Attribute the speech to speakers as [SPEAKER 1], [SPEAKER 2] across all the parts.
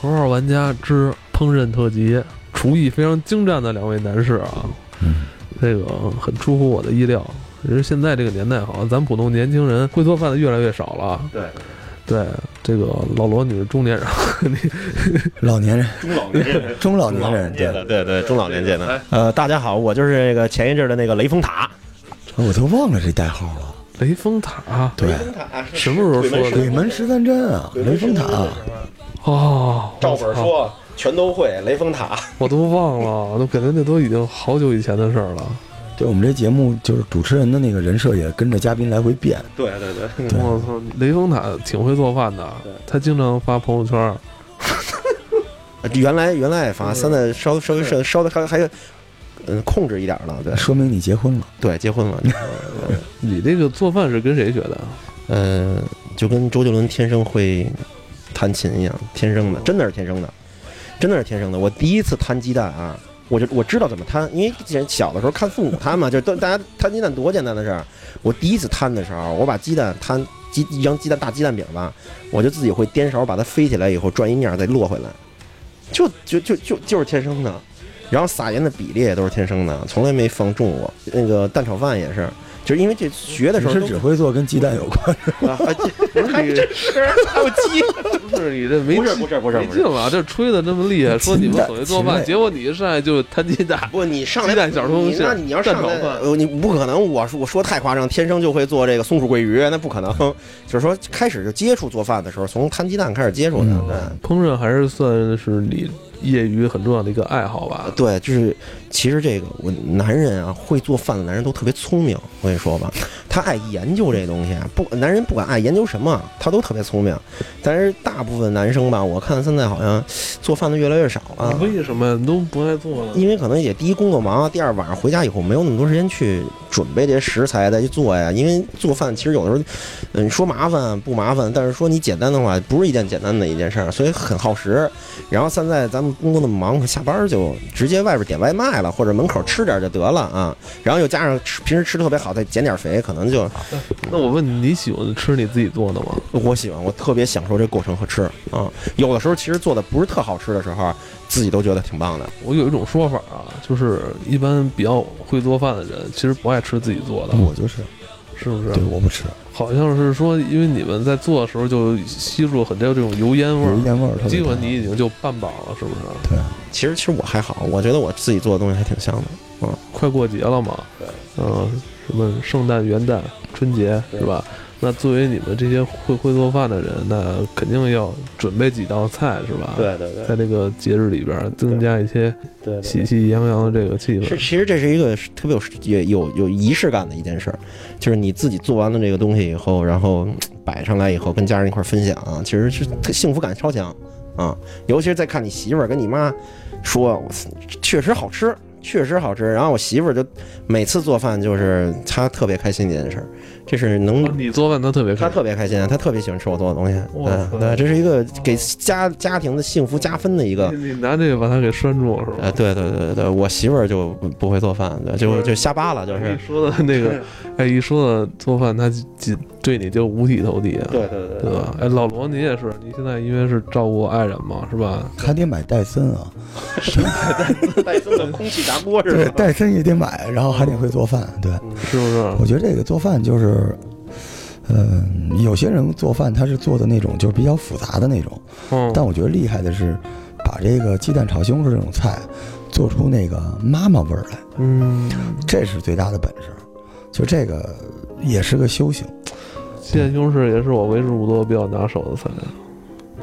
[SPEAKER 1] 头号玩家之烹饪特辑，厨艺非常精湛的两位男士啊，
[SPEAKER 2] 嗯，
[SPEAKER 1] 这个很出乎我的意料。其实现在这个年代，好像咱普通年轻人会做饭的越来越少了。
[SPEAKER 3] 对，
[SPEAKER 1] 对，这个老罗，你是中年人，你
[SPEAKER 2] 老年人，
[SPEAKER 3] 中老年人，
[SPEAKER 2] 中老年人，对，
[SPEAKER 3] 的，对对，中老年界的。
[SPEAKER 1] 哎
[SPEAKER 3] 呃，大家好，我就是那个前一阵的那个雷峰塔，
[SPEAKER 2] 哎我都忘了这代号了。
[SPEAKER 1] 雷峰塔
[SPEAKER 2] 对，
[SPEAKER 3] 塔
[SPEAKER 1] 什么时候说
[SPEAKER 2] 鬼
[SPEAKER 1] 的？
[SPEAKER 2] 门十三针啊，雷峰塔，
[SPEAKER 1] 哦，
[SPEAKER 3] 照本
[SPEAKER 1] 我操，
[SPEAKER 3] 说全都会，雷峰塔。
[SPEAKER 1] 我都忘了，都感觉那都已经好久以前的事儿了。
[SPEAKER 2] 对我们这节目就是主持人的那个人设也跟着嘉宾来回变。
[SPEAKER 3] 对对对，
[SPEAKER 2] 对
[SPEAKER 1] 我操，雷峰塔挺会做饭的
[SPEAKER 3] 对，
[SPEAKER 1] 他经常发朋友圈。
[SPEAKER 3] 嗯原来原来也发，现在稍稍微稍稍的还还嗯控制一点了，对
[SPEAKER 2] 说明你结婚了，
[SPEAKER 3] 对，结婚了，
[SPEAKER 1] 你这个做饭是跟谁学的？
[SPEAKER 3] 呃，就跟周杰伦天生会弹琴一样，天生的，真的是天生的，真的是天生的。我第一次摊鸡蛋啊，我就我知道怎么摊，因为以前小的时候看父母摊嘛，就都大家摊鸡蛋多简单的事儿。我第一次摊的时候，我把鸡蛋摊鸡一张鸡蛋大鸡蛋饼吧，我就自己会颠勺把它飞起来以后转一面儿再落回来，就就就就就是天生的。然后撒盐的比例也都是天生的，从来没放重过。那个蛋炒饭也是，就是因为这学的
[SPEAKER 2] 你
[SPEAKER 3] 时候
[SPEAKER 2] 是
[SPEAKER 3] 都
[SPEAKER 2] 只会做跟鸡蛋有关。
[SPEAKER 3] 啊，还真 是还有鸡，
[SPEAKER 1] 不是你这没
[SPEAKER 3] 不是不是不是
[SPEAKER 1] 没
[SPEAKER 3] 不
[SPEAKER 1] 劲
[SPEAKER 3] 是。
[SPEAKER 1] 了啊，这吹的这么厉害，说你们所谓做
[SPEAKER 2] 禽
[SPEAKER 1] 饭，
[SPEAKER 2] 类
[SPEAKER 1] 结果你一上来就摊鸡蛋。
[SPEAKER 3] 不，你上来
[SPEAKER 1] 鸡蛋小东西
[SPEAKER 3] 你那你要上来
[SPEAKER 1] 蛋炒饭，
[SPEAKER 3] 呃你不可能，我说我说太夸张，天生就会做这个松鼠桂鱼，那不可能。就是说，开始就接触做饭的时候，从摊鸡蛋开始接触的，对。
[SPEAKER 2] 嗯
[SPEAKER 1] 烹饪还是算是你业余很重要的一个爱好吧。
[SPEAKER 3] 对，就是其实这个我男人啊，会做饭的男人都特别聪明。我跟你说吧，他爱研究这东西，啊不，男人不管爱研究什么，他都特别聪明。但是大部分男生吧，我看现在好像做饭的越来越少了、
[SPEAKER 2] 嗯
[SPEAKER 1] 你为什么都不爱做呢？
[SPEAKER 3] 因为可能也第一工作忙，第二晚上回家以后没有那么多时间去准备这些食材再去做呀。因为做饭其实有的时候，嗯，说麻烦不麻烦，但是说你简单的话，不是一件简单的一件事儿，所以很耗时。然后现在咱们工作那么忙，下班就直接外边点外卖了，或者门口吃点就得了啊。然后又加上吃平时吃特别好，再减点肥，可能就
[SPEAKER 1] 那我问你，你喜欢吃你自己做的吗？
[SPEAKER 3] 我喜欢，我特别享受这过程和吃啊。有的时候其实做的不是特好吃的时候，自己都觉得挺棒的。
[SPEAKER 1] 我有一种说法啊，就是一般比较会做饭的人，其实不爱吃自己做
[SPEAKER 3] 嗯
[SPEAKER 1] 的，
[SPEAKER 2] 我就是，
[SPEAKER 1] 是不是
[SPEAKER 2] 嗯对，？我不吃，
[SPEAKER 1] 好像是说，因为你们在做的时候就吸入很多这种油烟味
[SPEAKER 2] 有一
[SPEAKER 1] 儿，
[SPEAKER 2] 烟味儿特别大。啊
[SPEAKER 1] 基本你已经就半饱了，是不啊是？
[SPEAKER 2] 对，
[SPEAKER 3] 其实其实我还好，我觉得我自己做的东西还挺香的。
[SPEAKER 1] 快过节了嘛，嗯，什么圣诞、元旦、春节是吧？那作为你们这些会会做饭的人，那肯定要准备几道菜是吧？，
[SPEAKER 3] 对对
[SPEAKER 1] 在这个节日里边儿增加一些
[SPEAKER 3] 对
[SPEAKER 1] 喜气洋洋的这个气
[SPEAKER 3] 是，
[SPEAKER 1] 氛。
[SPEAKER 3] 其实这是一个特别有也有有仪式感的一件事儿，就是你自己做完了这个东西以后，然后嗯摆上来以后跟家人一块儿分享、啊，其实是特幸福感超强啊！尤其是在看你媳妇儿跟你妈说，我操确实好吃，确实好吃。然后我媳妇儿就每次做饭就是她特别开心的一件事儿，这是能
[SPEAKER 1] 哦你做饭他特别
[SPEAKER 3] 他
[SPEAKER 1] 开心，
[SPEAKER 3] 特别开心，他特别喜欢吃我做的东西。
[SPEAKER 1] 哇塞
[SPEAKER 3] 嗯，对，这是一个给家家庭的幸福加分的一个。
[SPEAKER 1] 你你拿这个把他给拴住是
[SPEAKER 3] 呃，
[SPEAKER 1] 吧？
[SPEAKER 3] 对对对对对，我媳妇儿就不不会做饭，对就就瞎扒拉，就是
[SPEAKER 1] 一。说的那个， 哎，一说的做饭，他就对你就五体投地啊。
[SPEAKER 3] 对对
[SPEAKER 1] 对吧？哎，老罗，你也是，你现在因为是照顾爱人嘛，是吧？
[SPEAKER 2] 还得买戴森啊，
[SPEAKER 3] 对，戴森的空气炸锅
[SPEAKER 2] 对，戴森也得买，然后还得会做饭。对，
[SPEAKER 3] 嗯
[SPEAKER 1] 是不是？
[SPEAKER 2] 我觉得这个做饭就是，嗯，有些人做饭他是做的那种就是比较复杂的那种，
[SPEAKER 1] 嗯，
[SPEAKER 2] 但我觉得厉害的是把这个鸡蛋炒西红柿这种菜做出那个妈妈味儿来，
[SPEAKER 1] 嗯，
[SPEAKER 2] 这是最大的本事。就这个也是个修行，
[SPEAKER 1] 鸡蛋西红柿也是我为数不多比较拿手的菜。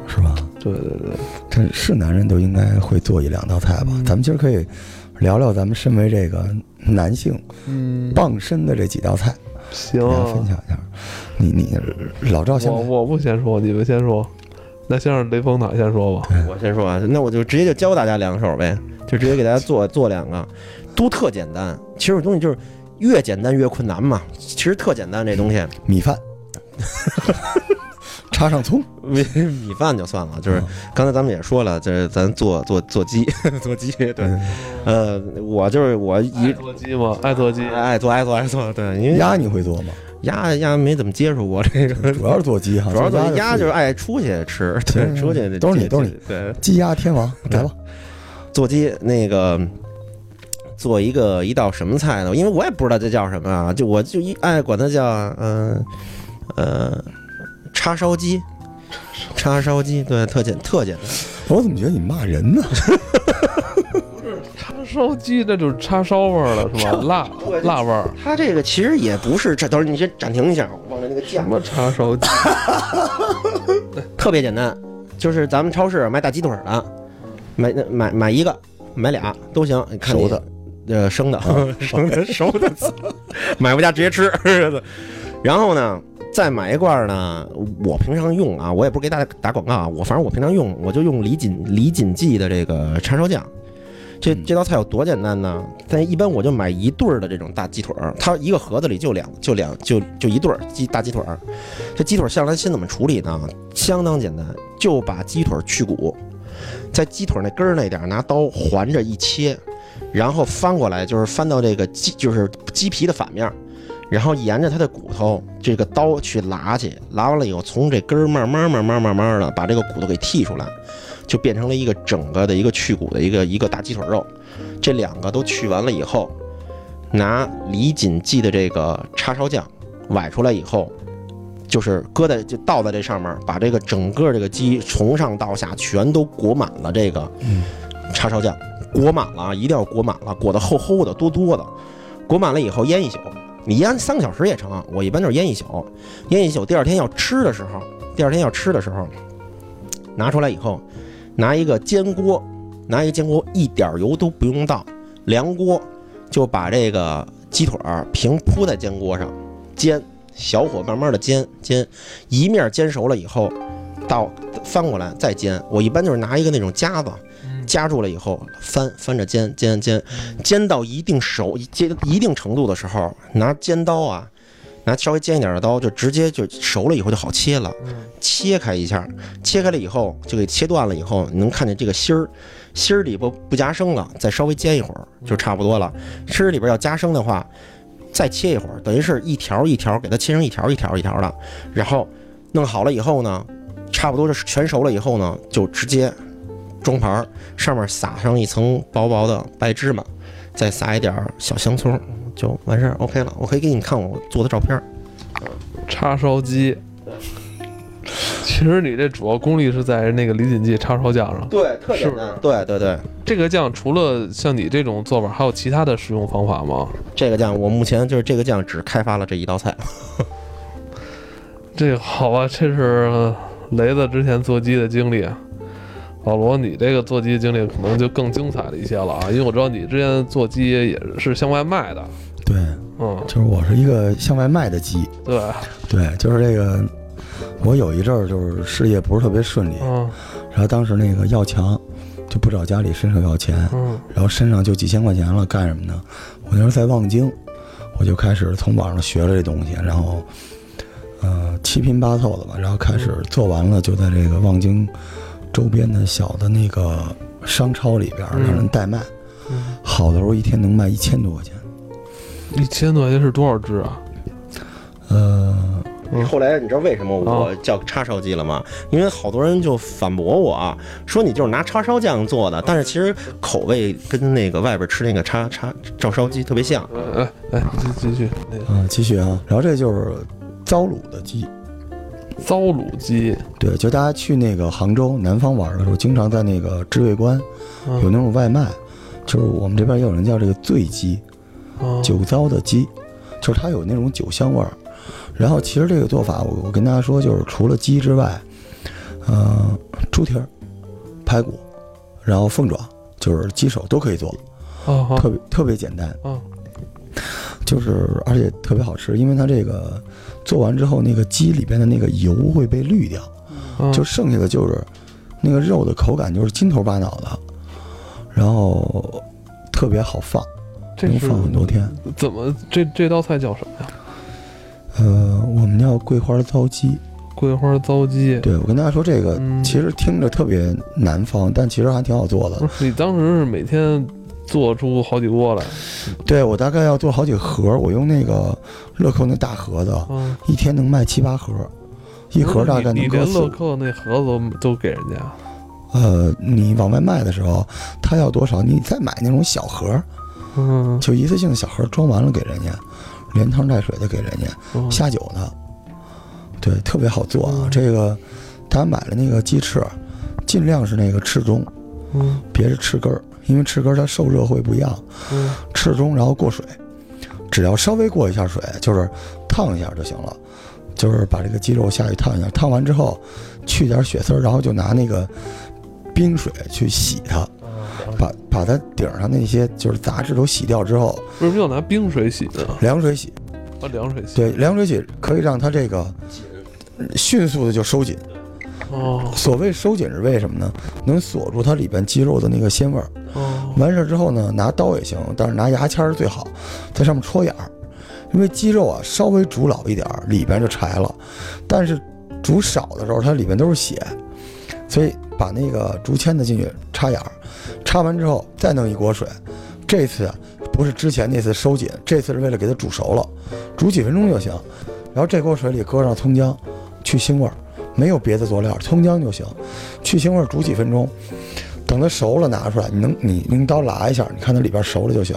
[SPEAKER 2] 是吧？
[SPEAKER 1] 对对对，
[SPEAKER 2] 这是男人都应该会做一两道菜吧？
[SPEAKER 1] 嗯
[SPEAKER 2] 咱们今儿可以聊聊咱们身为这个男性
[SPEAKER 1] 嗯，
[SPEAKER 2] 傍身的这几道菜，
[SPEAKER 1] 行
[SPEAKER 2] 给大
[SPEAKER 1] 啊
[SPEAKER 2] 家分享一下。你你老赵先
[SPEAKER 1] 我
[SPEAKER 2] 来，
[SPEAKER 1] 我不先说，你们先说。那先让雷锋塔先说吧。
[SPEAKER 3] 我先说啊，那我就直接就教大家两手呗，就直接给大家做做两个，都特简单。其实这东西就是越简单越困难嘛，其实特简单这 东西。
[SPEAKER 2] 米饭， 插上葱，
[SPEAKER 3] 米米饭就算了，就是
[SPEAKER 2] 嗯
[SPEAKER 3] 刚才咱们也说了，就是咱做做做鸡， 做鸡，对，
[SPEAKER 2] 嗯
[SPEAKER 3] 呃，我就是我一
[SPEAKER 1] 爱做鸡吗？爱做鸡。
[SPEAKER 3] 爱做爱做爱做，对，因为
[SPEAKER 2] 鸭你会做吗？
[SPEAKER 3] 鸭鸭没怎么接触过这个，
[SPEAKER 2] 主要是做鸡哈，
[SPEAKER 3] 主要是鸭就是
[SPEAKER 2] 是
[SPEAKER 3] 爱出去吃，对，
[SPEAKER 2] 对
[SPEAKER 3] 出去得
[SPEAKER 2] 嗯都是你都是你，
[SPEAKER 3] 对，
[SPEAKER 2] 鸡鸭天王，来吧，
[SPEAKER 3] 做鸡那个做一个一道什么菜呢？因为我也不知道这叫什么啊，就我就一爱管它叫嗯呃叉烧鸡，叉烧鸡，对，特简特简单，
[SPEAKER 2] 我怎么觉得你骂人呢？
[SPEAKER 1] 叉烧鸡那就是叉烧味儿了是 吧？辣
[SPEAKER 3] 对
[SPEAKER 1] 辣味儿，
[SPEAKER 3] 它这个其实也不是，这等会儿你先暂停一下，我忘了那个
[SPEAKER 1] 什
[SPEAKER 3] 酱，
[SPEAKER 1] 么叉烧鸡？
[SPEAKER 3] 特别简单，就是咱们超市买大鸡腿儿的，买买买一个，买俩都行，你看你
[SPEAKER 2] 熟的，
[SPEAKER 3] 呃， 生的，生的熟的，买回家直接吃。然后呢，再买一罐儿呢，我平常用啊，我也不是给大家打广告啊，我反正我平常用，我就用李锦李锦记的这个叉烧酱。这
[SPEAKER 2] 嗯
[SPEAKER 3] 这道菜有多简单呢？但一般我就买一对儿的这种大鸡腿儿，它一个盒子里就两就两就就一对儿鸡大鸡腿儿。这鸡腿儿向来先怎么处理呢？相当简单，就把鸡腿儿去骨，在鸡腿儿那根儿那点儿拿刀环着一切，然后翻过来就是翻到这个鸡就是鸡皮的反面儿，然后沿着它的骨头这个刀去拉去，拉完了以后从这根儿慢慢慢慢慢慢的把这个骨头给剔出来，就变成了一个整个的一个去骨的一个一个大鸡腿肉。这两个都去完了以后，拿李锦记的这个叉烧酱崴出来以后。就是搁在就倒在这上面，把这个整个这个鸡从上到下全都裹满了这个
[SPEAKER 2] 嗯
[SPEAKER 3] 叉烧酱，裹满了啊，一定要裹满了，裹得厚厚的、多多的。裹满了以后腌一宿，你腌三个小时也成啊。我一般就是腌一宿，腌一宿，第二天要吃的时候，第二天要吃的时候，拿出来以后，拿一个煎锅，拿一个煎锅，一点儿油都不用倒，凉锅就把这个鸡腿儿平铺在煎锅上煎，小火慢慢的煎煎，一面煎熟了以后，倒翻过来再煎。我一般就是拿一个那种夹子。
[SPEAKER 1] 嗯
[SPEAKER 3] 夹住了以后，翻翻着煎煎煎，煎到一定熟一煎一定程度的时候，拿尖刀啊，拿稍微尖一点的刀，就直接就熟了以后就好切了。切开一下，切开了以后就给切断了以后，你能看见这个芯儿，芯儿里边不夹生了，再稍微煎一会儿就差不多了。芯儿里边要夹生的话，再切一会儿，等于是一条一条给它切成一条一条一条的，然后弄好了以后呢，差不多是全熟了以后呢，就直接装盘儿，上面撒上一层薄薄的白芝麻，再撒一点儿小香葱，就完事儿，OK 了。我可以给你看我做的照片儿。
[SPEAKER 1] 叉烧鸡。其实你这主要功力是在那个李锦记叉烧酱上。
[SPEAKER 3] 对，特
[SPEAKER 1] 简单
[SPEAKER 3] 对对对，
[SPEAKER 1] 这个酱除了像你这种做法，还有其他的使用方法吗？
[SPEAKER 3] 这个酱我目前就是这个酱只开发了这一道菜。
[SPEAKER 1] 这好吧，这是雷子之前做鸡的经历。老罗，你这个做鸡的经历可能就更精彩了一些了啊，因为我知道你之前做鸡也是向外卖的，
[SPEAKER 2] 对，
[SPEAKER 1] 嗯，
[SPEAKER 2] 就是我是一个向外卖的鸡，
[SPEAKER 1] 对，
[SPEAKER 2] 对，就是这个，我有一阵儿就是事业不是特别顺利，
[SPEAKER 1] 嗯
[SPEAKER 2] 然后当时那个要强，就不找家里伸手要钱，
[SPEAKER 1] 嗯
[SPEAKER 2] 然后身上就几千块钱了，干什么呢？我那时候在望京，我就开始从网上学了这东西，然后，呃，七拼八凑的吧，然后开
[SPEAKER 1] 嗯
[SPEAKER 2] 始做完了，就在这个望京周边的小的那个商超里边儿
[SPEAKER 1] 嗯
[SPEAKER 2] 让人代卖，
[SPEAKER 1] 嗯，
[SPEAKER 2] 好的时候一天能卖一千多块钱，
[SPEAKER 1] 一千多块钱是多少只啊？
[SPEAKER 2] 呃，
[SPEAKER 1] 嗯
[SPEAKER 3] 后来你知道为什么我
[SPEAKER 1] 哦
[SPEAKER 3] 叫叉烧鸡了吗？因为好多人就反驳我啊，说你就是拿叉烧酱做的，但是其实口味跟那个外边吃那个叉叉照烧鸡特别像。
[SPEAKER 1] 来来，哎继继续，那个
[SPEAKER 2] 啊，继续啊，然后这就是糟卤的鸡，
[SPEAKER 1] 糟卤鸡，
[SPEAKER 2] 对，就大家去那个杭州南方玩的时候，经常在那个知味观有
[SPEAKER 1] 嗯
[SPEAKER 2] 那种外卖，就是我们这边也有人叫这个醉鸡，
[SPEAKER 1] 嗯
[SPEAKER 2] 酒糟的鸡，就是它有那种酒香味儿。然后其实这个做法，我我跟大家说，就是除了鸡之外，呃，猪蹄儿、排骨，然后凤爪，就是鸡手都可以做，
[SPEAKER 1] 哦好
[SPEAKER 2] 特别特别简单，
[SPEAKER 1] 哦
[SPEAKER 2] 就是而且特别好吃，因为它这个做完之后，那个鸡里边的那个油会被滤掉。
[SPEAKER 1] 嗯
[SPEAKER 2] 就剩下的就是那个肉的口感就是筋头巴脑的，然后特别好放，
[SPEAKER 1] 这
[SPEAKER 2] 能
[SPEAKER 1] 是
[SPEAKER 2] 放很多天。
[SPEAKER 1] 怎么这这道菜叫什么呀？
[SPEAKER 2] 呃，我们叫桂花糟鸡。
[SPEAKER 1] 桂花糟鸡。
[SPEAKER 2] 对我跟大家说，这个
[SPEAKER 1] 嗯嗯
[SPEAKER 2] 其实听着特别南方，但其实还挺好做的。
[SPEAKER 1] 不是你当时是每天做出好几窝来。
[SPEAKER 2] 对我大概要做好几盒，我用那个乐扣那大盒子，
[SPEAKER 1] 嗯，
[SPEAKER 2] 一天能卖七八盒，一盒大概
[SPEAKER 1] 你
[SPEAKER 2] 能
[SPEAKER 1] 你
[SPEAKER 2] 搁
[SPEAKER 1] 连
[SPEAKER 2] 四
[SPEAKER 1] 乐
[SPEAKER 2] 五。
[SPEAKER 1] 扣那盒子都都给人家，
[SPEAKER 2] 呃，你往外卖的时候，他要多少，你再买那种小盒，
[SPEAKER 1] 嗯，
[SPEAKER 2] 就一次性的小盒装完了给人家，连汤带水的给人家。
[SPEAKER 1] 嗯
[SPEAKER 2] 下酒呢，对，特别好做啊
[SPEAKER 1] 嗯。
[SPEAKER 2] 这个大家买了那个鸡翅，尽量是那个翅中，
[SPEAKER 1] 嗯
[SPEAKER 2] 别是翅根儿，因为翅根儿它受热会不一样。
[SPEAKER 1] 嗯
[SPEAKER 2] 翅中然后过水，只要稍微过一下水，就是烫一下就行了，就是把这个鸡肉下去烫一下，烫完之后去点血丝儿，然后就拿那个冰水去洗它，把把它顶上那些就是杂质都洗掉之后，
[SPEAKER 1] 为什么要拿冰水洗呢？
[SPEAKER 2] 凉水洗
[SPEAKER 1] 啊，凉水洗。
[SPEAKER 2] 对，凉水洗可以让它这个迅速的就收紧。
[SPEAKER 1] 哦
[SPEAKER 2] 所谓收紧是为什么呢？能锁住它里边鸡肉的那个鲜味儿。
[SPEAKER 1] 哦，
[SPEAKER 2] 完事儿之后呢，拿刀也行，但是拿牙签儿最好，在上面戳眼儿，因为鸡肉啊稍微煮老一点儿，里边就柴了，但是煮少的时候它里边都是血，所以把那个竹签子进去插眼儿，插完之后再弄一锅水，这次啊不是之前那次收紧，这次是为了给它煮熟了，煮几分钟就行，然后这锅水里搁上葱姜，去腥味儿。没有别的佐料，葱姜就行，去腥味儿煮几分钟，等它熟了拿出来，你能你用刀拉一下，你看它里边熟了就行。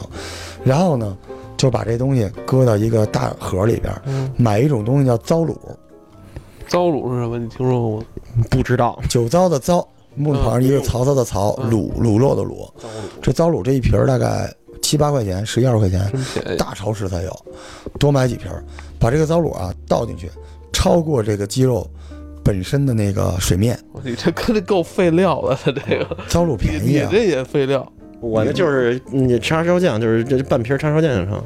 [SPEAKER 2] 然后呢，就把这东西搁到一个大盒里边，
[SPEAKER 1] 嗯，
[SPEAKER 2] 买一种东西叫糟卤，
[SPEAKER 1] 糟卤是什么？你听说过吗？
[SPEAKER 3] 不知道，
[SPEAKER 2] 酒糟的糟，木字旁一个
[SPEAKER 1] 嗯
[SPEAKER 2] 曹操的曹，
[SPEAKER 1] 嗯
[SPEAKER 2] 卤卤肉的卤。
[SPEAKER 1] 糟卤
[SPEAKER 2] 这糟卤这一瓶儿大概七八块钱，十一二块钱，
[SPEAKER 1] 真便宜。
[SPEAKER 2] 大超市才有，多买几瓶儿，把这个糟卤啊倒进去，超过这个鸡肉本身的那个水面，
[SPEAKER 1] 你这跟这够废料的，他这个，
[SPEAKER 2] 糟卤
[SPEAKER 1] 你
[SPEAKER 2] 哦便
[SPEAKER 1] 你
[SPEAKER 2] 宜啊。
[SPEAKER 1] 这也废料，
[SPEAKER 3] 我呢就是嗯叉烧酱，就是这半瓶叉烧酱就成，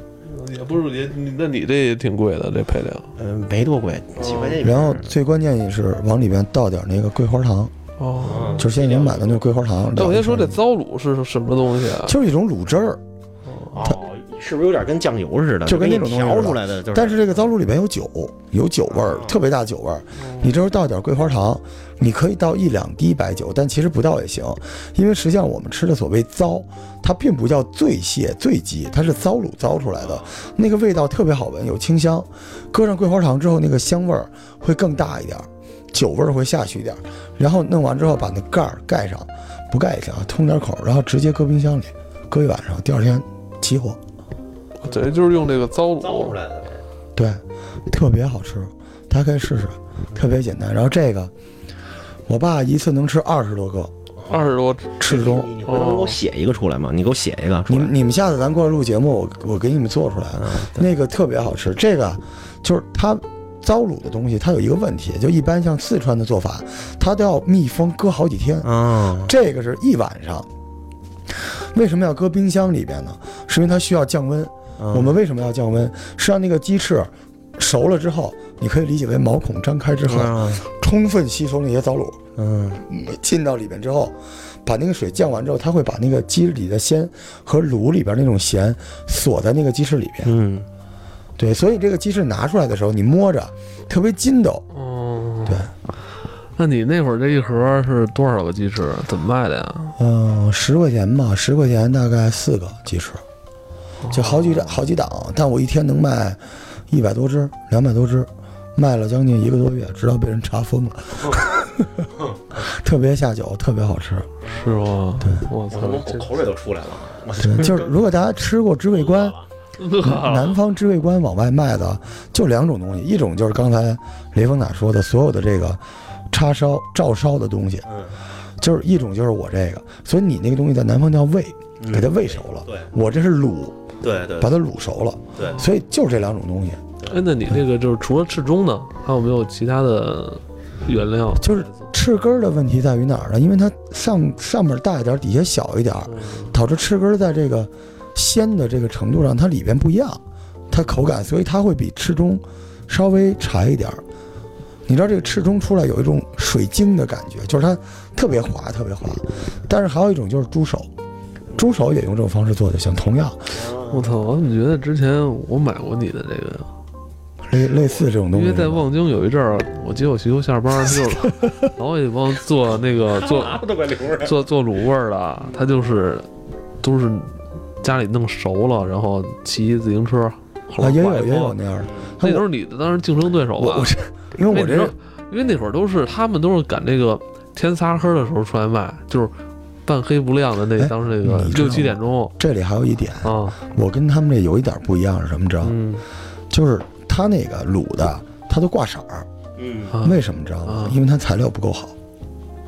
[SPEAKER 1] 也不是也，你那你这也挺贵的，这配料。
[SPEAKER 3] 嗯，没多贵，几块钱一瓶。
[SPEAKER 2] 然后最关键也是往里边倒点那个桂花糖，
[SPEAKER 1] 哦，
[SPEAKER 2] 就是现在能买的那个桂花糖。
[SPEAKER 1] 那我先说这
[SPEAKER 2] 两
[SPEAKER 1] 糟卤是什么东西啊？
[SPEAKER 2] 就是一种卤汁儿，
[SPEAKER 1] 哦
[SPEAKER 3] 哦，是不是有点跟酱油似的？
[SPEAKER 2] 就跟那
[SPEAKER 3] 那
[SPEAKER 2] 种东西
[SPEAKER 3] 调
[SPEAKER 2] 似的
[SPEAKER 3] 出来的，就是
[SPEAKER 2] 但是这个糟卤里边有酒，有酒味儿
[SPEAKER 3] 哦，
[SPEAKER 2] 特别大酒味儿。你这时候倒点桂花糖，你可以倒一两滴白酒，但其实不倒也行，因为实际上我们吃的所谓糟，它并不叫醉蟹、醉鸡，它是糟卤糟出来的，那个味道特别好闻，有清香。搁上桂花糖之后，那个香味儿会更大一点儿，酒味儿会下去一点儿。然后弄完之后，把那盖儿盖上，不盖也行啊，通点口儿，然后直接搁冰箱里，搁一晚上，第二天起火。
[SPEAKER 1] 等于就是用这个糟
[SPEAKER 3] 糟出
[SPEAKER 1] 卤，
[SPEAKER 3] 来的呗。
[SPEAKER 2] 对，特别好吃，大家可以试试，特别简单。然后这个，我爸一次能吃二十多个
[SPEAKER 1] 二十多只
[SPEAKER 2] 翅中。
[SPEAKER 3] 你你回头给我写一个出来吗？你给我写一个
[SPEAKER 2] 你
[SPEAKER 3] 出来
[SPEAKER 2] 们。你们下次咱过来录节目，我我给你们做出来，
[SPEAKER 3] 嗯
[SPEAKER 2] 那个特别好吃。这个就是它糟卤的东西，它有一个问题，就一般像四川的做法，它都要密封搁好几天，
[SPEAKER 3] 啊，
[SPEAKER 2] 这个是一晚上。为什么要搁冰箱里边呢？是因为它需要降温。我
[SPEAKER 3] 我
[SPEAKER 2] 们为什么要降温？是让那个鸡翅熟了之后，你可以理解为毛孔张开之后，充分吸收那些糟卤，
[SPEAKER 3] 啊嗯
[SPEAKER 2] 进到里面之后，把那个水降完之后，它会把那个鸡里的鲜和卤里边那种咸锁在那个鸡翅里面。
[SPEAKER 3] 嗯，
[SPEAKER 2] 对，所以这个鸡翅拿出来的时候，你摸着特别筋斗。
[SPEAKER 1] 哦，
[SPEAKER 2] 对。
[SPEAKER 1] 那你那会儿这一盒是多少个鸡翅？怎么卖的呀？
[SPEAKER 2] 嗯、十块钱吧，十块钱大概四个鸡翅，就好几好几档，但我一天能卖一百多只，两百多只，卖了将近一个多月，直到被人查封了。 特别下酒，特别好吃。
[SPEAKER 1] 是吗？对，我操，这
[SPEAKER 3] 口水都出来了。
[SPEAKER 2] 对，就是如果大家吃过知味观，
[SPEAKER 1] 饿了
[SPEAKER 2] 南方知味观往外卖的就两种东西，一种就是刚才雷锋塔说的所有的这个叉烧、照烧的东西，
[SPEAKER 3] 嗯，
[SPEAKER 2] 就是一种就是我这个，所以你那个东西在南方叫煨，给它煨熟了，
[SPEAKER 3] 对
[SPEAKER 2] 我这是卤，
[SPEAKER 3] 对对
[SPEAKER 2] 把它卤熟了，
[SPEAKER 3] 对
[SPEAKER 2] 所以就是这两种东西，
[SPEAKER 1] 哎，那你这个就是除了翅中呢，还有没有其他的原料？
[SPEAKER 2] 就是翅根儿的问题在于哪儿呢？因为它上上面大一点儿，底下小一点儿，
[SPEAKER 1] 嗯
[SPEAKER 2] 导致翅根儿在这个鲜的这个程度上，它里边不一样，它口感，所以它会比翅中稍微柴一点儿。你知道这个翅中出来有一种水晶的感觉，就是它特别滑，特别滑。但是还有一种就是猪手，猪手也用这种方式做就行，同样
[SPEAKER 1] 我操！我怎么觉得之前我买过你的这个呀？
[SPEAKER 2] 类类似这种东
[SPEAKER 1] 因
[SPEAKER 2] 西
[SPEAKER 1] 为
[SPEAKER 2] 是吧。
[SPEAKER 1] 在望京有一阵儿，我接我媳妇下班儿，就是 老有一帮做那个做
[SPEAKER 3] 都快流出来。
[SPEAKER 1] 做做卤味儿的，他就是都是家里弄熟了，然后骑自行车，后
[SPEAKER 2] 啊，
[SPEAKER 1] 来
[SPEAKER 2] 也
[SPEAKER 1] 拐
[SPEAKER 2] 有
[SPEAKER 1] 一
[SPEAKER 2] 也
[SPEAKER 1] 弯
[SPEAKER 2] 有那样的，
[SPEAKER 1] 那都是你的当时竞争对手
[SPEAKER 2] 我
[SPEAKER 1] 吧
[SPEAKER 2] 我？这，因为
[SPEAKER 1] 那你
[SPEAKER 2] 我这
[SPEAKER 1] 知道因为那会儿都是他们都是赶这个天仨黑儿的时候出来卖，就是半黑不亮的那
[SPEAKER 2] 哎
[SPEAKER 1] 当时那个
[SPEAKER 2] 你知
[SPEAKER 1] 六
[SPEAKER 2] 道吗
[SPEAKER 1] 七点钟
[SPEAKER 2] 这里还有一点，
[SPEAKER 1] 啊，
[SPEAKER 2] 我跟他们这有一点不一样是什么？知道吗？
[SPEAKER 1] 嗯
[SPEAKER 2] 就是他那个卤的，它都挂色儿，
[SPEAKER 3] 嗯
[SPEAKER 1] 啊
[SPEAKER 2] 为什么知道吗
[SPEAKER 1] 啊？
[SPEAKER 2] 因为它材料不够好。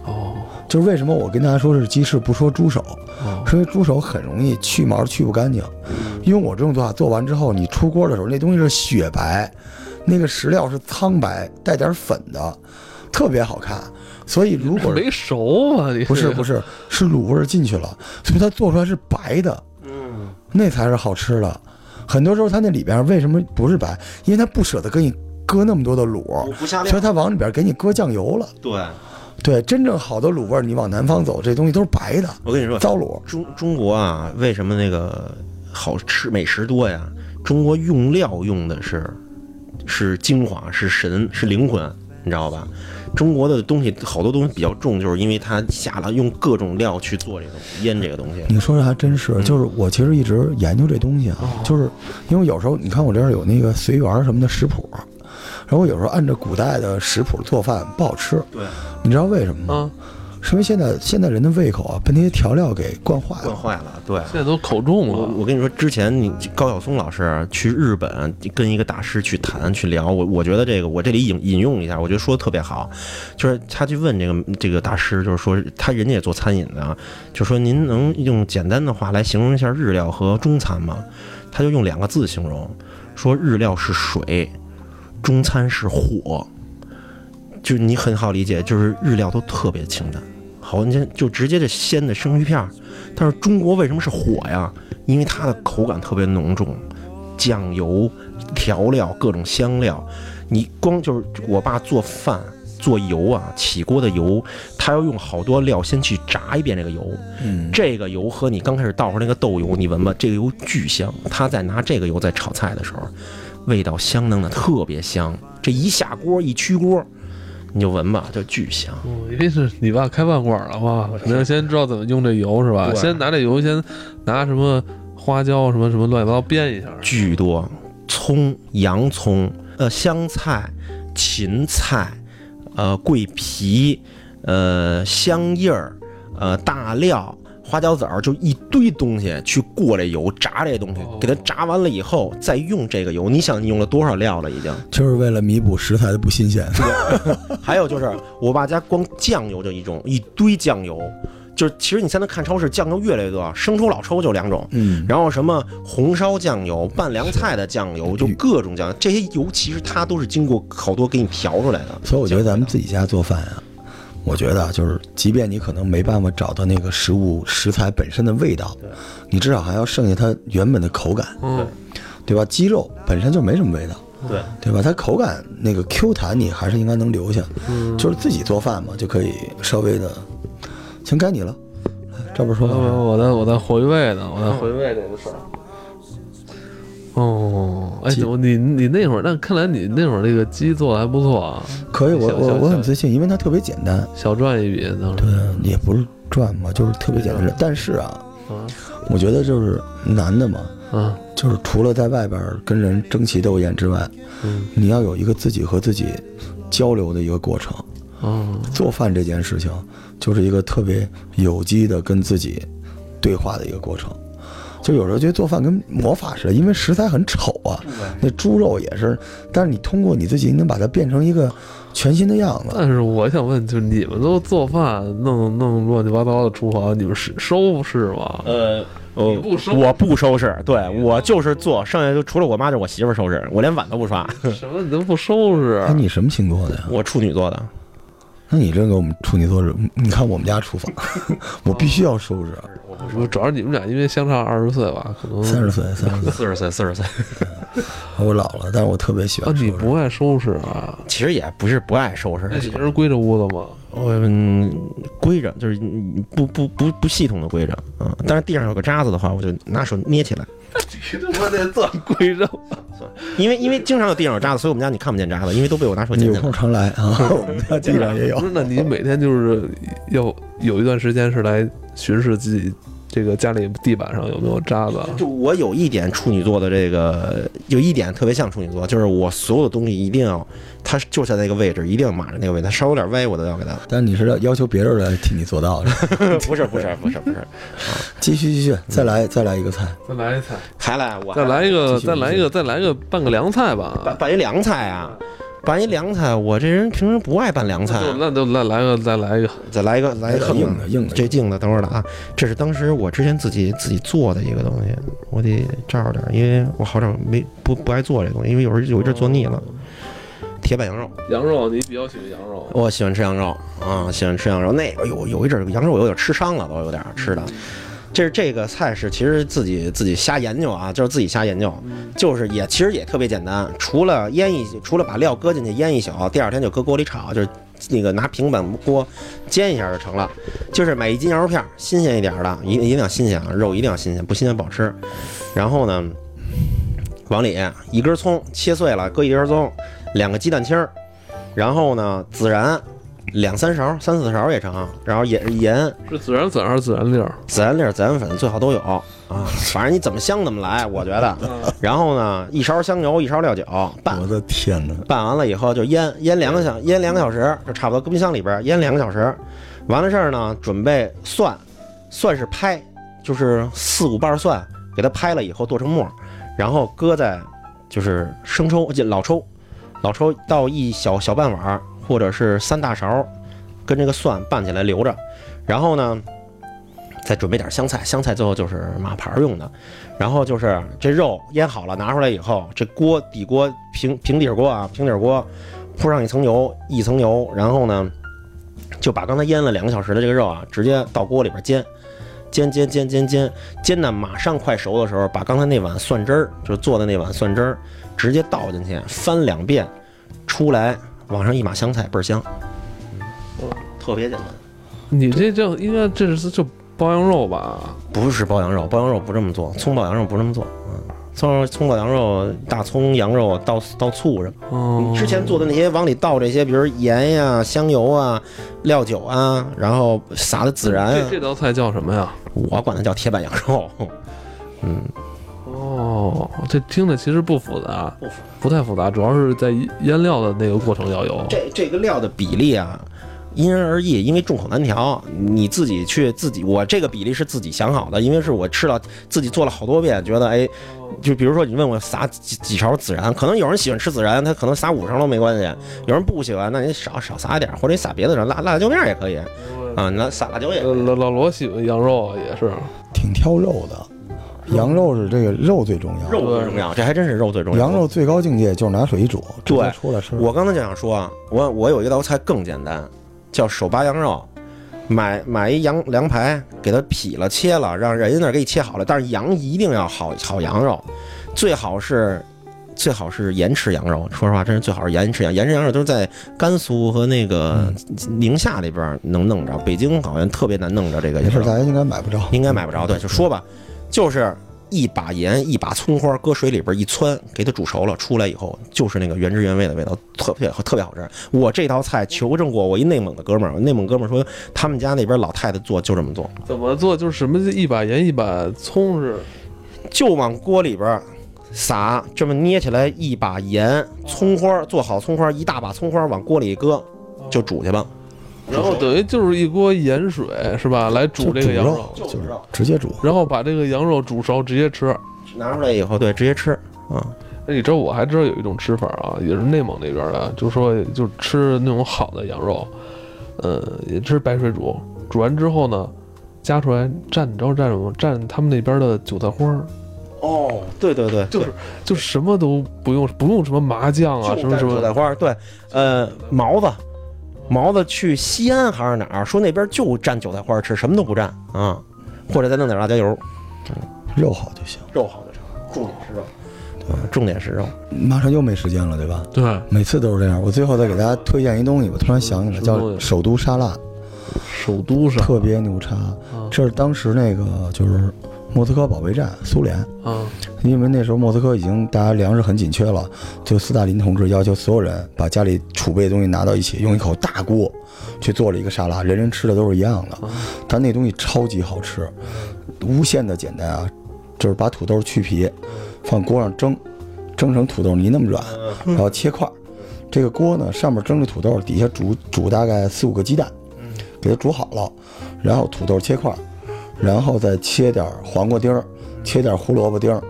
[SPEAKER 1] 哦
[SPEAKER 2] 就是为什么我跟大家说是鸡翅不说猪手，
[SPEAKER 1] 哦
[SPEAKER 2] 是因为猪手很容易去毛去不干净。
[SPEAKER 3] 嗯
[SPEAKER 2] 用我这种做法做完之后，你出锅的时候那东西是雪白，那个食料是苍白带点粉的，特别好看。所以 如果
[SPEAKER 1] 没熟啊，你
[SPEAKER 2] 不是不
[SPEAKER 1] 是
[SPEAKER 2] 是是卤味儿进去了，所以它做出来是白的，
[SPEAKER 3] 嗯，
[SPEAKER 2] 那才是好吃的。很多时候它那里边为什么不是白？因为它不舍得给你搁那么多的卤，
[SPEAKER 3] 不下
[SPEAKER 2] 所以它往里边给你搁酱油了。
[SPEAKER 3] 对，
[SPEAKER 2] 对，真正好的卤味儿，你往南方走，这东西都是白的，
[SPEAKER 3] 我跟你说，
[SPEAKER 2] 糟卤。
[SPEAKER 3] 中中国啊，为什么那个好吃美食多呀？中国用料用的是是精华，是神，是灵魂，你知道吧？中国的东西好多东西比较重，就是因为它下了用各种料去做这个东西腌这个东西。
[SPEAKER 2] 你说这还真是，
[SPEAKER 3] 嗯
[SPEAKER 2] 就是我其实一直研究这东西啊，
[SPEAKER 3] 哦
[SPEAKER 2] 就是因为有时候你看我这儿有那个随缘什么的食谱，然后有时候按照古代的食谱做饭不好吃，
[SPEAKER 3] 对，哦
[SPEAKER 2] 你知道为什么吗？
[SPEAKER 1] 啊，
[SPEAKER 2] 是因为现在现在人的胃口啊被那些调料给惯坏
[SPEAKER 3] 惯
[SPEAKER 2] 了。
[SPEAKER 3] 坏了，对。
[SPEAKER 1] 现在都口重
[SPEAKER 3] 我
[SPEAKER 1] 了，
[SPEAKER 3] 我跟你说，之前你高晓松老师去日本跟一个大师去谈去聊，我我觉得这个我这里引引用一下，我觉得说的特别好，就是他去问这个这个大师，就是说他人家也做餐饮的啊，就说您能用简单的话来形容一下日料和中餐吗？他就用两个字形容，说日料是水，中餐是火，就是你很好理解，就是日料都特别清淡。好，你先就直接这鲜的生鱼片儿，但是中国为什么是火呀？因为它的口感特别浓重，酱油、调料、各种香料，你光就是我爸做饭做油啊，起锅的油，他要用好多料先去炸一遍这个油，
[SPEAKER 2] 嗯，
[SPEAKER 3] 这个油和你刚开始倒出来那个豆油，你闻吧，这个油巨香。他在拿这个油在炒菜的时候，味道相当的特别香。这一下锅一出锅，你就闻吧，就巨香。
[SPEAKER 1] 嗯，因为是你爸开饭馆了嘛，肯定先知道怎么用这油是吧？
[SPEAKER 3] 对
[SPEAKER 1] 先拿这油，先拿什么花椒什么什么乱七八糟煸一下，
[SPEAKER 3] 巨多，葱、洋葱、呃香菜、芹菜、呃桂皮、呃香叶儿、呃大料。花椒籽儿就一堆东西去过这油炸这东西
[SPEAKER 1] 哦，
[SPEAKER 3] 给它炸完了以后再用这个油，你想你用了多少料了已经？
[SPEAKER 2] 就是为了弥补食材的不新鲜。
[SPEAKER 3] 还有就是我爸家光酱油就一种，一堆酱油，就是其实你现在看超市酱油越来越多，生抽、老抽就两种，
[SPEAKER 2] 嗯，
[SPEAKER 3] 然后什么红烧酱油、拌凉菜的酱油，就各种酱油，这些油其实它都是经过好多给你调出来的。
[SPEAKER 2] 所以我觉得咱们自己家做饭啊，我觉得啊，就是即便你可能没办法找到那个食物食材本身的味道，你至少还要剩下它原本的口感，
[SPEAKER 1] 嗯，
[SPEAKER 2] 对吧？鸡肉本身就没什么味道，
[SPEAKER 3] 对，
[SPEAKER 2] 对吧？它口感那个 Q 弹你还是应该能留下，就是自己做饭嘛，就可以稍微的。行，该你了，哎这不是说
[SPEAKER 1] 我
[SPEAKER 2] 到这儿
[SPEAKER 1] 我我在我在回味呢，我在回味这个事儿。哦，哎，我你你那会儿，那看来你那会儿那个鸡做的还不错啊，
[SPEAKER 2] 可以，我
[SPEAKER 1] 小
[SPEAKER 2] 我
[SPEAKER 1] 小
[SPEAKER 2] 我很
[SPEAKER 1] 小
[SPEAKER 2] 自信，因为它特别简单，
[SPEAKER 1] 小赚一笔当时。
[SPEAKER 2] 嗯，也不是赚嘛，就是特别简单。但是啊，
[SPEAKER 1] 啊
[SPEAKER 2] 我觉得就是男的嘛，
[SPEAKER 1] 啊，
[SPEAKER 2] 就是除了在外边跟人争奇斗艳之外，
[SPEAKER 1] 嗯
[SPEAKER 2] 你要有一个自己和自己交流的一个过程。
[SPEAKER 1] 哦，
[SPEAKER 2] 做饭这件事情就是一个特别有机的跟自己对话的一个过程。就有时候觉得做饭跟魔法似的，因为食材很丑啊，那猪肉也是，但是你通过你自己，你能把它变成一个全新的样子。
[SPEAKER 1] 但是我想问，就是你们都做饭弄弄乱七八糟的厨房，你们是收拾吗？
[SPEAKER 3] 呃，
[SPEAKER 1] 你
[SPEAKER 3] 我
[SPEAKER 1] 不收
[SPEAKER 3] 我不收拾，对我就是做，剩下就除了我妈就是我媳妇儿收拾，我连碗都不刷。
[SPEAKER 1] 什么嗯你都不收拾啊
[SPEAKER 2] 哎，？你什么星座的呀？
[SPEAKER 3] 我处女座的，
[SPEAKER 2] 那你真给我们处女座是？嗯你看我们家厨房， 我必须要收拾。
[SPEAKER 3] 哦
[SPEAKER 1] 不是主要是你们俩因为相差二十岁吧，可能
[SPEAKER 2] 三十岁，三十岁，
[SPEAKER 3] 四十岁，四十岁，
[SPEAKER 2] 我老了，但是我特别喜
[SPEAKER 1] 啊
[SPEAKER 3] 哦
[SPEAKER 2] 欢，收
[SPEAKER 1] 你
[SPEAKER 2] 拾。
[SPEAKER 1] 不爱收拾啊？
[SPEAKER 3] 其实也不是不爱收拾
[SPEAKER 1] 那，你是归着屋子吗？
[SPEAKER 3] 我嗯归着就是嗯不不不不系统的归着啊，但是地上有个渣子的话，我就拿手捏起来，
[SPEAKER 1] 你他妈得算 归着
[SPEAKER 3] 因为因为经常有地上有渣子，所以我们家你看不见渣子，因为都被我拿手
[SPEAKER 2] 你
[SPEAKER 3] 捡
[SPEAKER 2] 有
[SPEAKER 3] 起来
[SPEAKER 2] 空。常来 啊，我们家地上也有
[SPEAKER 1] 不。是，那你每天就是要有一段时间是来巡视自己这个家里地板上有没有渣子啊？
[SPEAKER 3] 就我有一点处女座的这个，有一点特别像处女座，就是我所有的东西一定要，它就在那个位置，一定要码着那个位置，它稍微有点歪我都要给它。
[SPEAKER 2] 但你是要要求别人来替你做到的。
[SPEAKER 3] 不是不是不是不 是，
[SPEAKER 2] 继续继续，再来再来一个菜，
[SPEAKER 1] 再来一菜，
[SPEAKER 3] 还来我还
[SPEAKER 1] 再来一个，
[SPEAKER 2] 继续
[SPEAKER 1] 再来一个，再来一个拌个凉菜
[SPEAKER 3] 拌
[SPEAKER 1] 吧。
[SPEAKER 3] 拌一凉菜啊，拌一凉菜，我这人平时不爱拌凉菜啊，
[SPEAKER 1] 就那就来来个，再来一个，
[SPEAKER 3] 再来一个来一个横
[SPEAKER 2] 硬的硬的
[SPEAKER 3] 哎这镜子等会儿了啊，这是当时我之前自己自己做的一个东西，我得照着点儿，因为我好长没不不爱做这东西，因为有时候有一阵儿做腻了。铁板羊肉，
[SPEAKER 1] 羊肉，你比较喜欢羊肉，
[SPEAKER 3] 我喜欢吃羊肉啊，喜欢吃羊肉。那个有有一阵儿羊肉我有点吃伤了，都有点儿吃的。这是这个菜是其实自己自己瞎研究啊，就是自己瞎研究，就是也其实也特别简单，除了腌一除了把料搁进去腌一宿，第二天就搁锅里炒，就是那个拿平板锅煎一下就成了。就是买一斤羊肉片儿，新鲜一点儿的，一一定要新鲜啊，肉一定要新鲜，不新鲜不好吃。然后呢，往里一根葱切碎了，搁一根葱，两个鸡蛋清儿，然后呢孜然两三勺、三四勺也成，然后盐盐、
[SPEAKER 1] 是孜然粉还是孜然粒儿？
[SPEAKER 3] 孜然粒儿、孜然粉最好都有啊，反正你怎么香怎么来，我觉得。
[SPEAKER 1] 嗯
[SPEAKER 3] 然后呢，一勺香油，一勺料酒拌
[SPEAKER 2] 我的天哪！
[SPEAKER 3] 拌完了以后就腌腌两个小腌两个小时，就差不多搁冰箱里边儿腌两个小时。完了事儿呢，准备蒜，蒜是拍，就是四五瓣蒜，给它拍了以后剁成末儿，然后搁在就是生抽，就老抽，老抽倒一小小半碗儿或者是三大勺儿，跟这个蒜拌起来留着。然后呢，再准备点香菜，香菜最后就是码盘儿用的。然后就是这肉腌好了，拿出来以后，这锅底锅平平底儿锅啊，平底儿锅铺上一层油，一层油，然后呢，就把刚才腌了两个小时的这个肉啊，直接到锅里边煎，煎煎煎煎煎煎的马上快熟的时候，把刚才那碗蒜汁儿，就是做的那碗蒜汁儿，直接倒进去，翻两遍，出来往上一码香菜，倍儿香，特别简单。
[SPEAKER 1] 你这叫应该这是就包羊肉吧？
[SPEAKER 3] 不是包羊肉，包羊肉不这么做，葱爆羊肉不这么做。嗯，葱爆葱爆羊肉，大葱、羊肉倒倒醋什么。
[SPEAKER 1] 哦
[SPEAKER 3] 你，之前做的那些往里倒这些，比如盐呀、香油啊、料酒啊，然后撒的孜然
[SPEAKER 1] 这
[SPEAKER 3] 啊，
[SPEAKER 1] 这道菜叫什么呀？
[SPEAKER 3] 我管它叫铁板羊肉。嗯，
[SPEAKER 1] 哦，这听着其实不复杂，
[SPEAKER 3] 不复杂
[SPEAKER 1] 不太复杂，主要是在腌料的那个过程要有。
[SPEAKER 3] 这这个料的比例啊，因人而异，因为众口难调。你自己去自己，我这个比例是自己想好的，因为是我吃了自己做了好多遍，觉得哎，就比如说你问我撒几几勺孜然，可能有人喜欢吃孜然，他可能撒五勺都没关系；有人不喜欢，那你少少撒一点，或者你撒别的辣辣椒面也可以啊，那撒辣椒也可
[SPEAKER 1] 呃
[SPEAKER 3] 以。
[SPEAKER 1] 老老罗喜欢羊肉啊，也是，
[SPEAKER 2] 挺挑肉的，羊肉是这个肉最重要，
[SPEAKER 3] 肉最重要，这还真是肉最重要。
[SPEAKER 2] 羊肉最高境界就是拿水一煮，直接
[SPEAKER 3] 对
[SPEAKER 2] 出来吃。
[SPEAKER 3] 我刚才就想说啊，我我有一道菜更简单，叫手扒羊肉，买买一羊羊排，给它劈了切了，让人家那儿给你切好了。但是羊一定要好好羊肉，最好是最好是盐吃羊肉。说实话，真是最好是盐吃羊。盐吃羊肉都是在甘肃和那个
[SPEAKER 2] 嗯
[SPEAKER 3] 宁夏里边儿能弄着，北京好像特别难弄着这个
[SPEAKER 2] 没
[SPEAKER 3] 羊
[SPEAKER 2] 事，
[SPEAKER 3] 肉。
[SPEAKER 2] 大家应该买不着，
[SPEAKER 3] 应该买不着。嗯对，就说吧，就是一把盐，一把葱花，搁水里边一汆，给它煮熟了，出来以后就是那个原汁原味的味道，特别特别好吃。我这道菜求证过，我一内蒙的哥们儿，我内蒙哥们儿说他们家那边老太太做就这么做，
[SPEAKER 1] 怎么做就是什么一把盐一把葱是，
[SPEAKER 3] 就往锅里边。撒这么捏起来一把盐、葱花，做好葱花一大把葱花往锅里一搁，就煮去吧。
[SPEAKER 1] 然后等于就是一锅盐水是吧，来
[SPEAKER 2] 就
[SPEAKER 1] 煮这个羊肉，
[SPEAKER 2] 就
[SPEAKER 3] 就是
[SPEAKER 2] 是
[SPEAKER 3] 肉
[SPEAKER 2] 直接煮。
[SPEAKER 1] 然后把这个羊肉煮熟直接吃。
[SPEAKER 3] 拿出来以后，哦对，直接吃啊。
[SPEAKER 1] 哎，你知道我还知道有一种吃法啊，也是内蒙那边的，啊就说就吃那种好的羊肉，呃，也吃白水煮，煮完之后呢，夹出来蘸，你知道蘸什么吗？蘸他们那边的韭菜花儿，
[SPEAKER 3] 哦，对对对，
[SPEAKER 1] 就是就什么都不用，不用什么麻酱啊，
[SPEAKER 3] 就
[SPEAKER 1] 什么
[SPEAKER 3] 带
[SPEAKER 1] 什
[SPEAKER 3] 韭菜
[SPEAKER 1] 么，
[SPEAKER 3] 花儿，对，呃，毛子，毛子去西安还是哪儿？说那边就蘸韭菜花儿吃，什么都不蘸啊，或者再弄点辣椒油，
[SPEAKER 2] 肉好就行。
[SPEAKER 3] 肉好就成，重点是肉，对，重点是肉，
[SPEAKER 2] 马上又没时间了，对吧？
[SPEAKER 1] 对，
[SPEAKER 2] 每次都是这样。我最后再给大家推荐一东西，我突然想起来，
[SPEAKER 1] 什么东
[SPEAKER 2] 叫
[SPEAKER 1] 西
[SPEAKER 2] 首都沙拉，
[SPEAKER 1] 首都上
[SPEAKER 2] 特别牛叉。
[SPEAKER 1] 啊
[SPEAKER 2] 这是当时那个就是莫斯科保卫战，苏联，
[SPEAKER 1] 嗯
[SPEAKER 2] 因为那时候莫斯科已经大家粮食很紧缺了，就斯大林同志要求所有人把家里储备的东西拿到一起，用一口大锅去做了一个沙拉，人人吃的都是一样的
[SPEAKER 1] 嗯，
[SPEAKER 2] 他那东西超级好吃，无限的简单啊，就是把土豆去皮，放锅上蒸，蒸成土豆泥那么软，然后切块儿。这个锅呢，上面蒸着土豆，底下煮煮大概四五个鸡蛋，给它煮好了，然后土豆切块儿，然后再切点儿黄瓜丁儿，切点儿胡萝卜丁儿，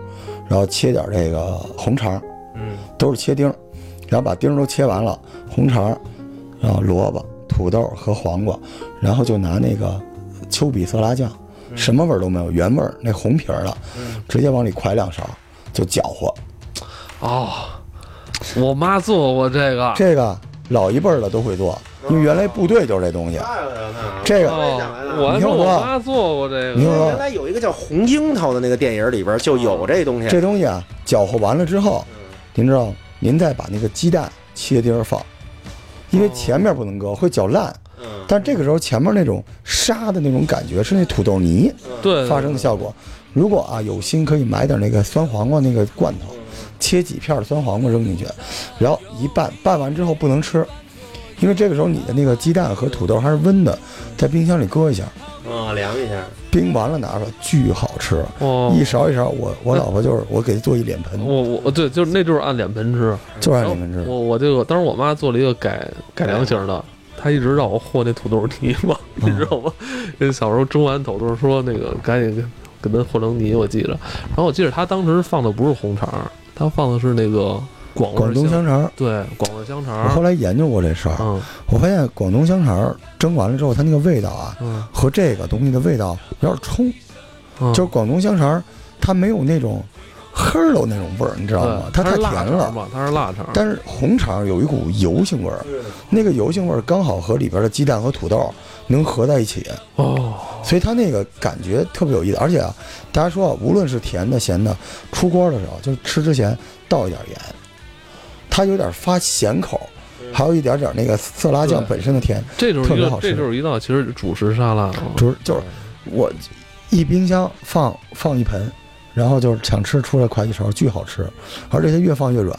[SPEAKER 2] 然后切点儿这个红肠儿，
[SPEAKER 3] 嗯，
[SPEAKER 2] 都是切丁儿，然后把丁儿都切完了，红肠儿，然后萝卜、土豆和黄瓜，然后就拿那个丘比色拉酱，什么味儿都没有，原味儿那红皮儿的，直接往里㧟两勺，就搅和。
[SPEAKER 1] 哦，我妈做过这个，
[SPEAKER 2] 这个老一辈儿的都会做，因为原来部队就是这东西。这个
[SPEAKER 1] 哦我还
[SPEAKER 2] 你听
[SPEAKER 1] 说我
[SPEAKER 2] 我说
[SPEAKER 1] 妈做过这
[SPEAKER 2] 你
[SPEAKER 1] 个
[SPEAKER 2] 听，
[SPEAKER 3] 啊原来有一个叫《红樱桃》的那个电影里边就有这东西，
[SPEAKER 2] 这东西啊，搅和完了之后，您知道，您再把那个鸡蛋切丁儿放，因为前面不能搁，会搅烂。
[SPEAKER 3] 嗯
[SPEAKER 2] 但这个时候前面那种沙的那种感觉是那土豆泥
[SPEAKER 1] 对，
[SPEAKER 2] 发生的效果。如果啊有心可以买点那个酸黄瓜那个罐头，切几片酸黄瓜扔进去，然后一拌，拌完之后不能吃，因为这个时候你的那个鸡蛋和土豆还是温的，在冰箱里搁一下，
[SPEAKER 3] 啊，凉一下，
[SPEAKER 2] 冰完了拿出来巨好吃，
[SPEAKER 1] 哦，
[SPEAKER 2] 一勺一勺。我我老婆就是我给她做一脸盆，
[SPEAKER 1] 我我对，就是那就是按脸盆吃，
[SPEAKER 2] 就让你们
[SPEAKER 1] 然后
[SPEAKER 2] 吃。
[SPEAKER 1] 我我这个当时我妈做了一个改改良型的，她一直让我和那土豆泥嘛，你知道吗？那小时候蒸完土豆说那个赶紧给给它和成泥，我记着。然后我记得她当时放的不是红肠儿，她放的是那个广味
[SPEAKER 2] 广东
[SPEAKER 1] 香
[SPEAKER 2] 香肠，
[SPEAKER 1] 对广味香肠
[SPEAKER 2] 我后
[SPEAKER 1] 儿。
[SPEAKER 2] 来研究过这事儿，
[SPEAKER 1] 嗯
[SPEAKER 2] 我发现广东香肠蒸完了之后，它那个味道啊，
[SPEAKER 1] 嗯
[SPEAKER 2] 和这个东西的味道有点冲。
[SPEAKER 1] 嗯，
[SPEAKER 2] 就是广东香肠，它没有那种黑儿的那种味儿，你知道吗
[SPEAKER 1] 对？
[SPEAKER 2] 它
[SPEAKER 1] 嗯它
[SPEAKER 2] 太
[SPEAKER 1] 是
[SPEAKER 2] 甜
[SPEAKER 1] 辣肠儿
[SPEAKER 2] 了。
[SPEAKER 1] 嘛，它是辣肠儿。
[SPEAKER 2] 但是红肠有一股油性味儿，那个油性味儿刚好和里边的鸡蛋和土豆能合在一起，
[SPEAKER 1] 哦，
[SPEAKER 2] 所以它那个感觉特别有意思。而且啊，大家说啊，无论是甜的、咸的，出锅的时候，就是吃之前倒一点盐，它有点发咸口，还有一点点那个色拉酱
[SPEAKER 1] 对
[SPEAKER 2] 本身的甜，
[SPEAKER 1] 这就是
[SPEAKER 2] 特
[SPEAKER 1] 一
[SPEAKER 2] 别
[SPEAKER 1] 个
[SPEAKER 2] 好，吃
[SPEAKER 1] 这就是一道其实主食沙拉嘛。
[SPEAKER 2] 就是就是我一冰箱放放一盆，然后就是想吃出来㧟一勺，巨好吃，而且它越放越软，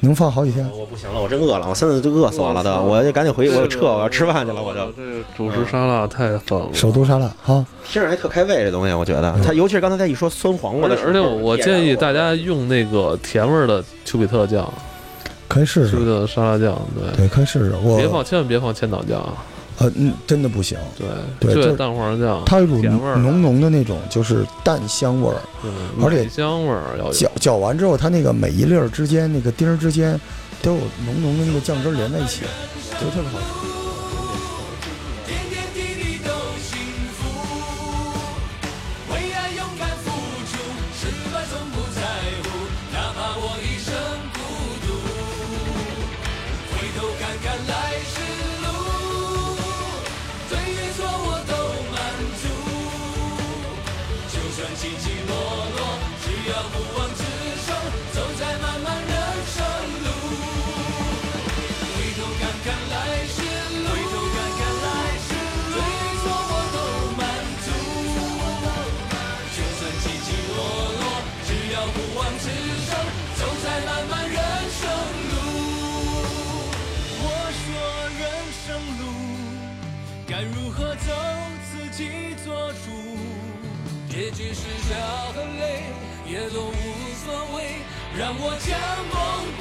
[SPEAKER 2] 能放好几天。
[SPEAKER 1] 哦
[SPEAKER 3] 我不行了，我真饿了，我现在都饿死我了都，我就赶紧回，我就撤，我要吃饭去了，我就。
[SPEAKER 1] 这个主食沙拉太棒了。
[SPEAKER 2] 首都沙拉哈，
[SPEAKER 3] 听着还特开胃，这东西我觉得，它尤其是刚才他一说酸黄瓜
[SPEAKER 1] 而
[SPEAKER 3] 的
[SPEAKER 1] 且
[SPEAKER 3] 时
[SPEAKER 1] 而
[SPEAKER 3] 候，
[SPEAKER 1] 且我我建议大家用那个甜味儿的丘比特酱，
[SPEAKER 2] 可以试
[SPEAKER 1] 丘比
[SPEAKER 2] 试，
[SPEAKER 1] 特沙拉酱，对，
[SPEAKER 2] 对，可以试试。
[SPEAKER 1] 别放
[SPEAKER 2] 我
[SPEAKER 1] 千万别放千岛酱，啊，
[SPEAKER 2] 呃，嗯，真的不行，
[SPEAKER 1] 对，
[SPEAKER 2] 对
[SPEAKER 1] 就
[SPEAKER 2] 就
[SPEAKER 1] 得
[SPEAKER 2] 是
[SPEAKER 1] 蛋黄酱，
[SPEAKER 2] 它有一
[SPEAKER 1] 甜味儿啊
[SPEAKER 2] 种浓浓的那种就是蛋香味儿，
[SPEAKER 1] 嗯
[SPEAKER 2] 而且
[SPEAKER 1] 米香味儿要有，
[SPEAKER 2] 搅搅完之后，它那个每一粒儿之间那个丁儿之间都有浓浓的那个酱汁儿连在一起，觉得特别好吃。
[SPEAKER 4] 天天地地都幸福，为爱勇敢付出，失败从不在乎，哪怕我一生孤独。回头看看来时路，对与错我都满足。就算起起落落，只要不忘自首，走在漫漫人生路。回头看看来时路，回头看看来时路，对与错我都满足。就算起起落落，只要不忘此生，走在漫漫人生路。我说人生路，该如何走，自己做主。也许是笑和泪，也都无所谓，让我将梦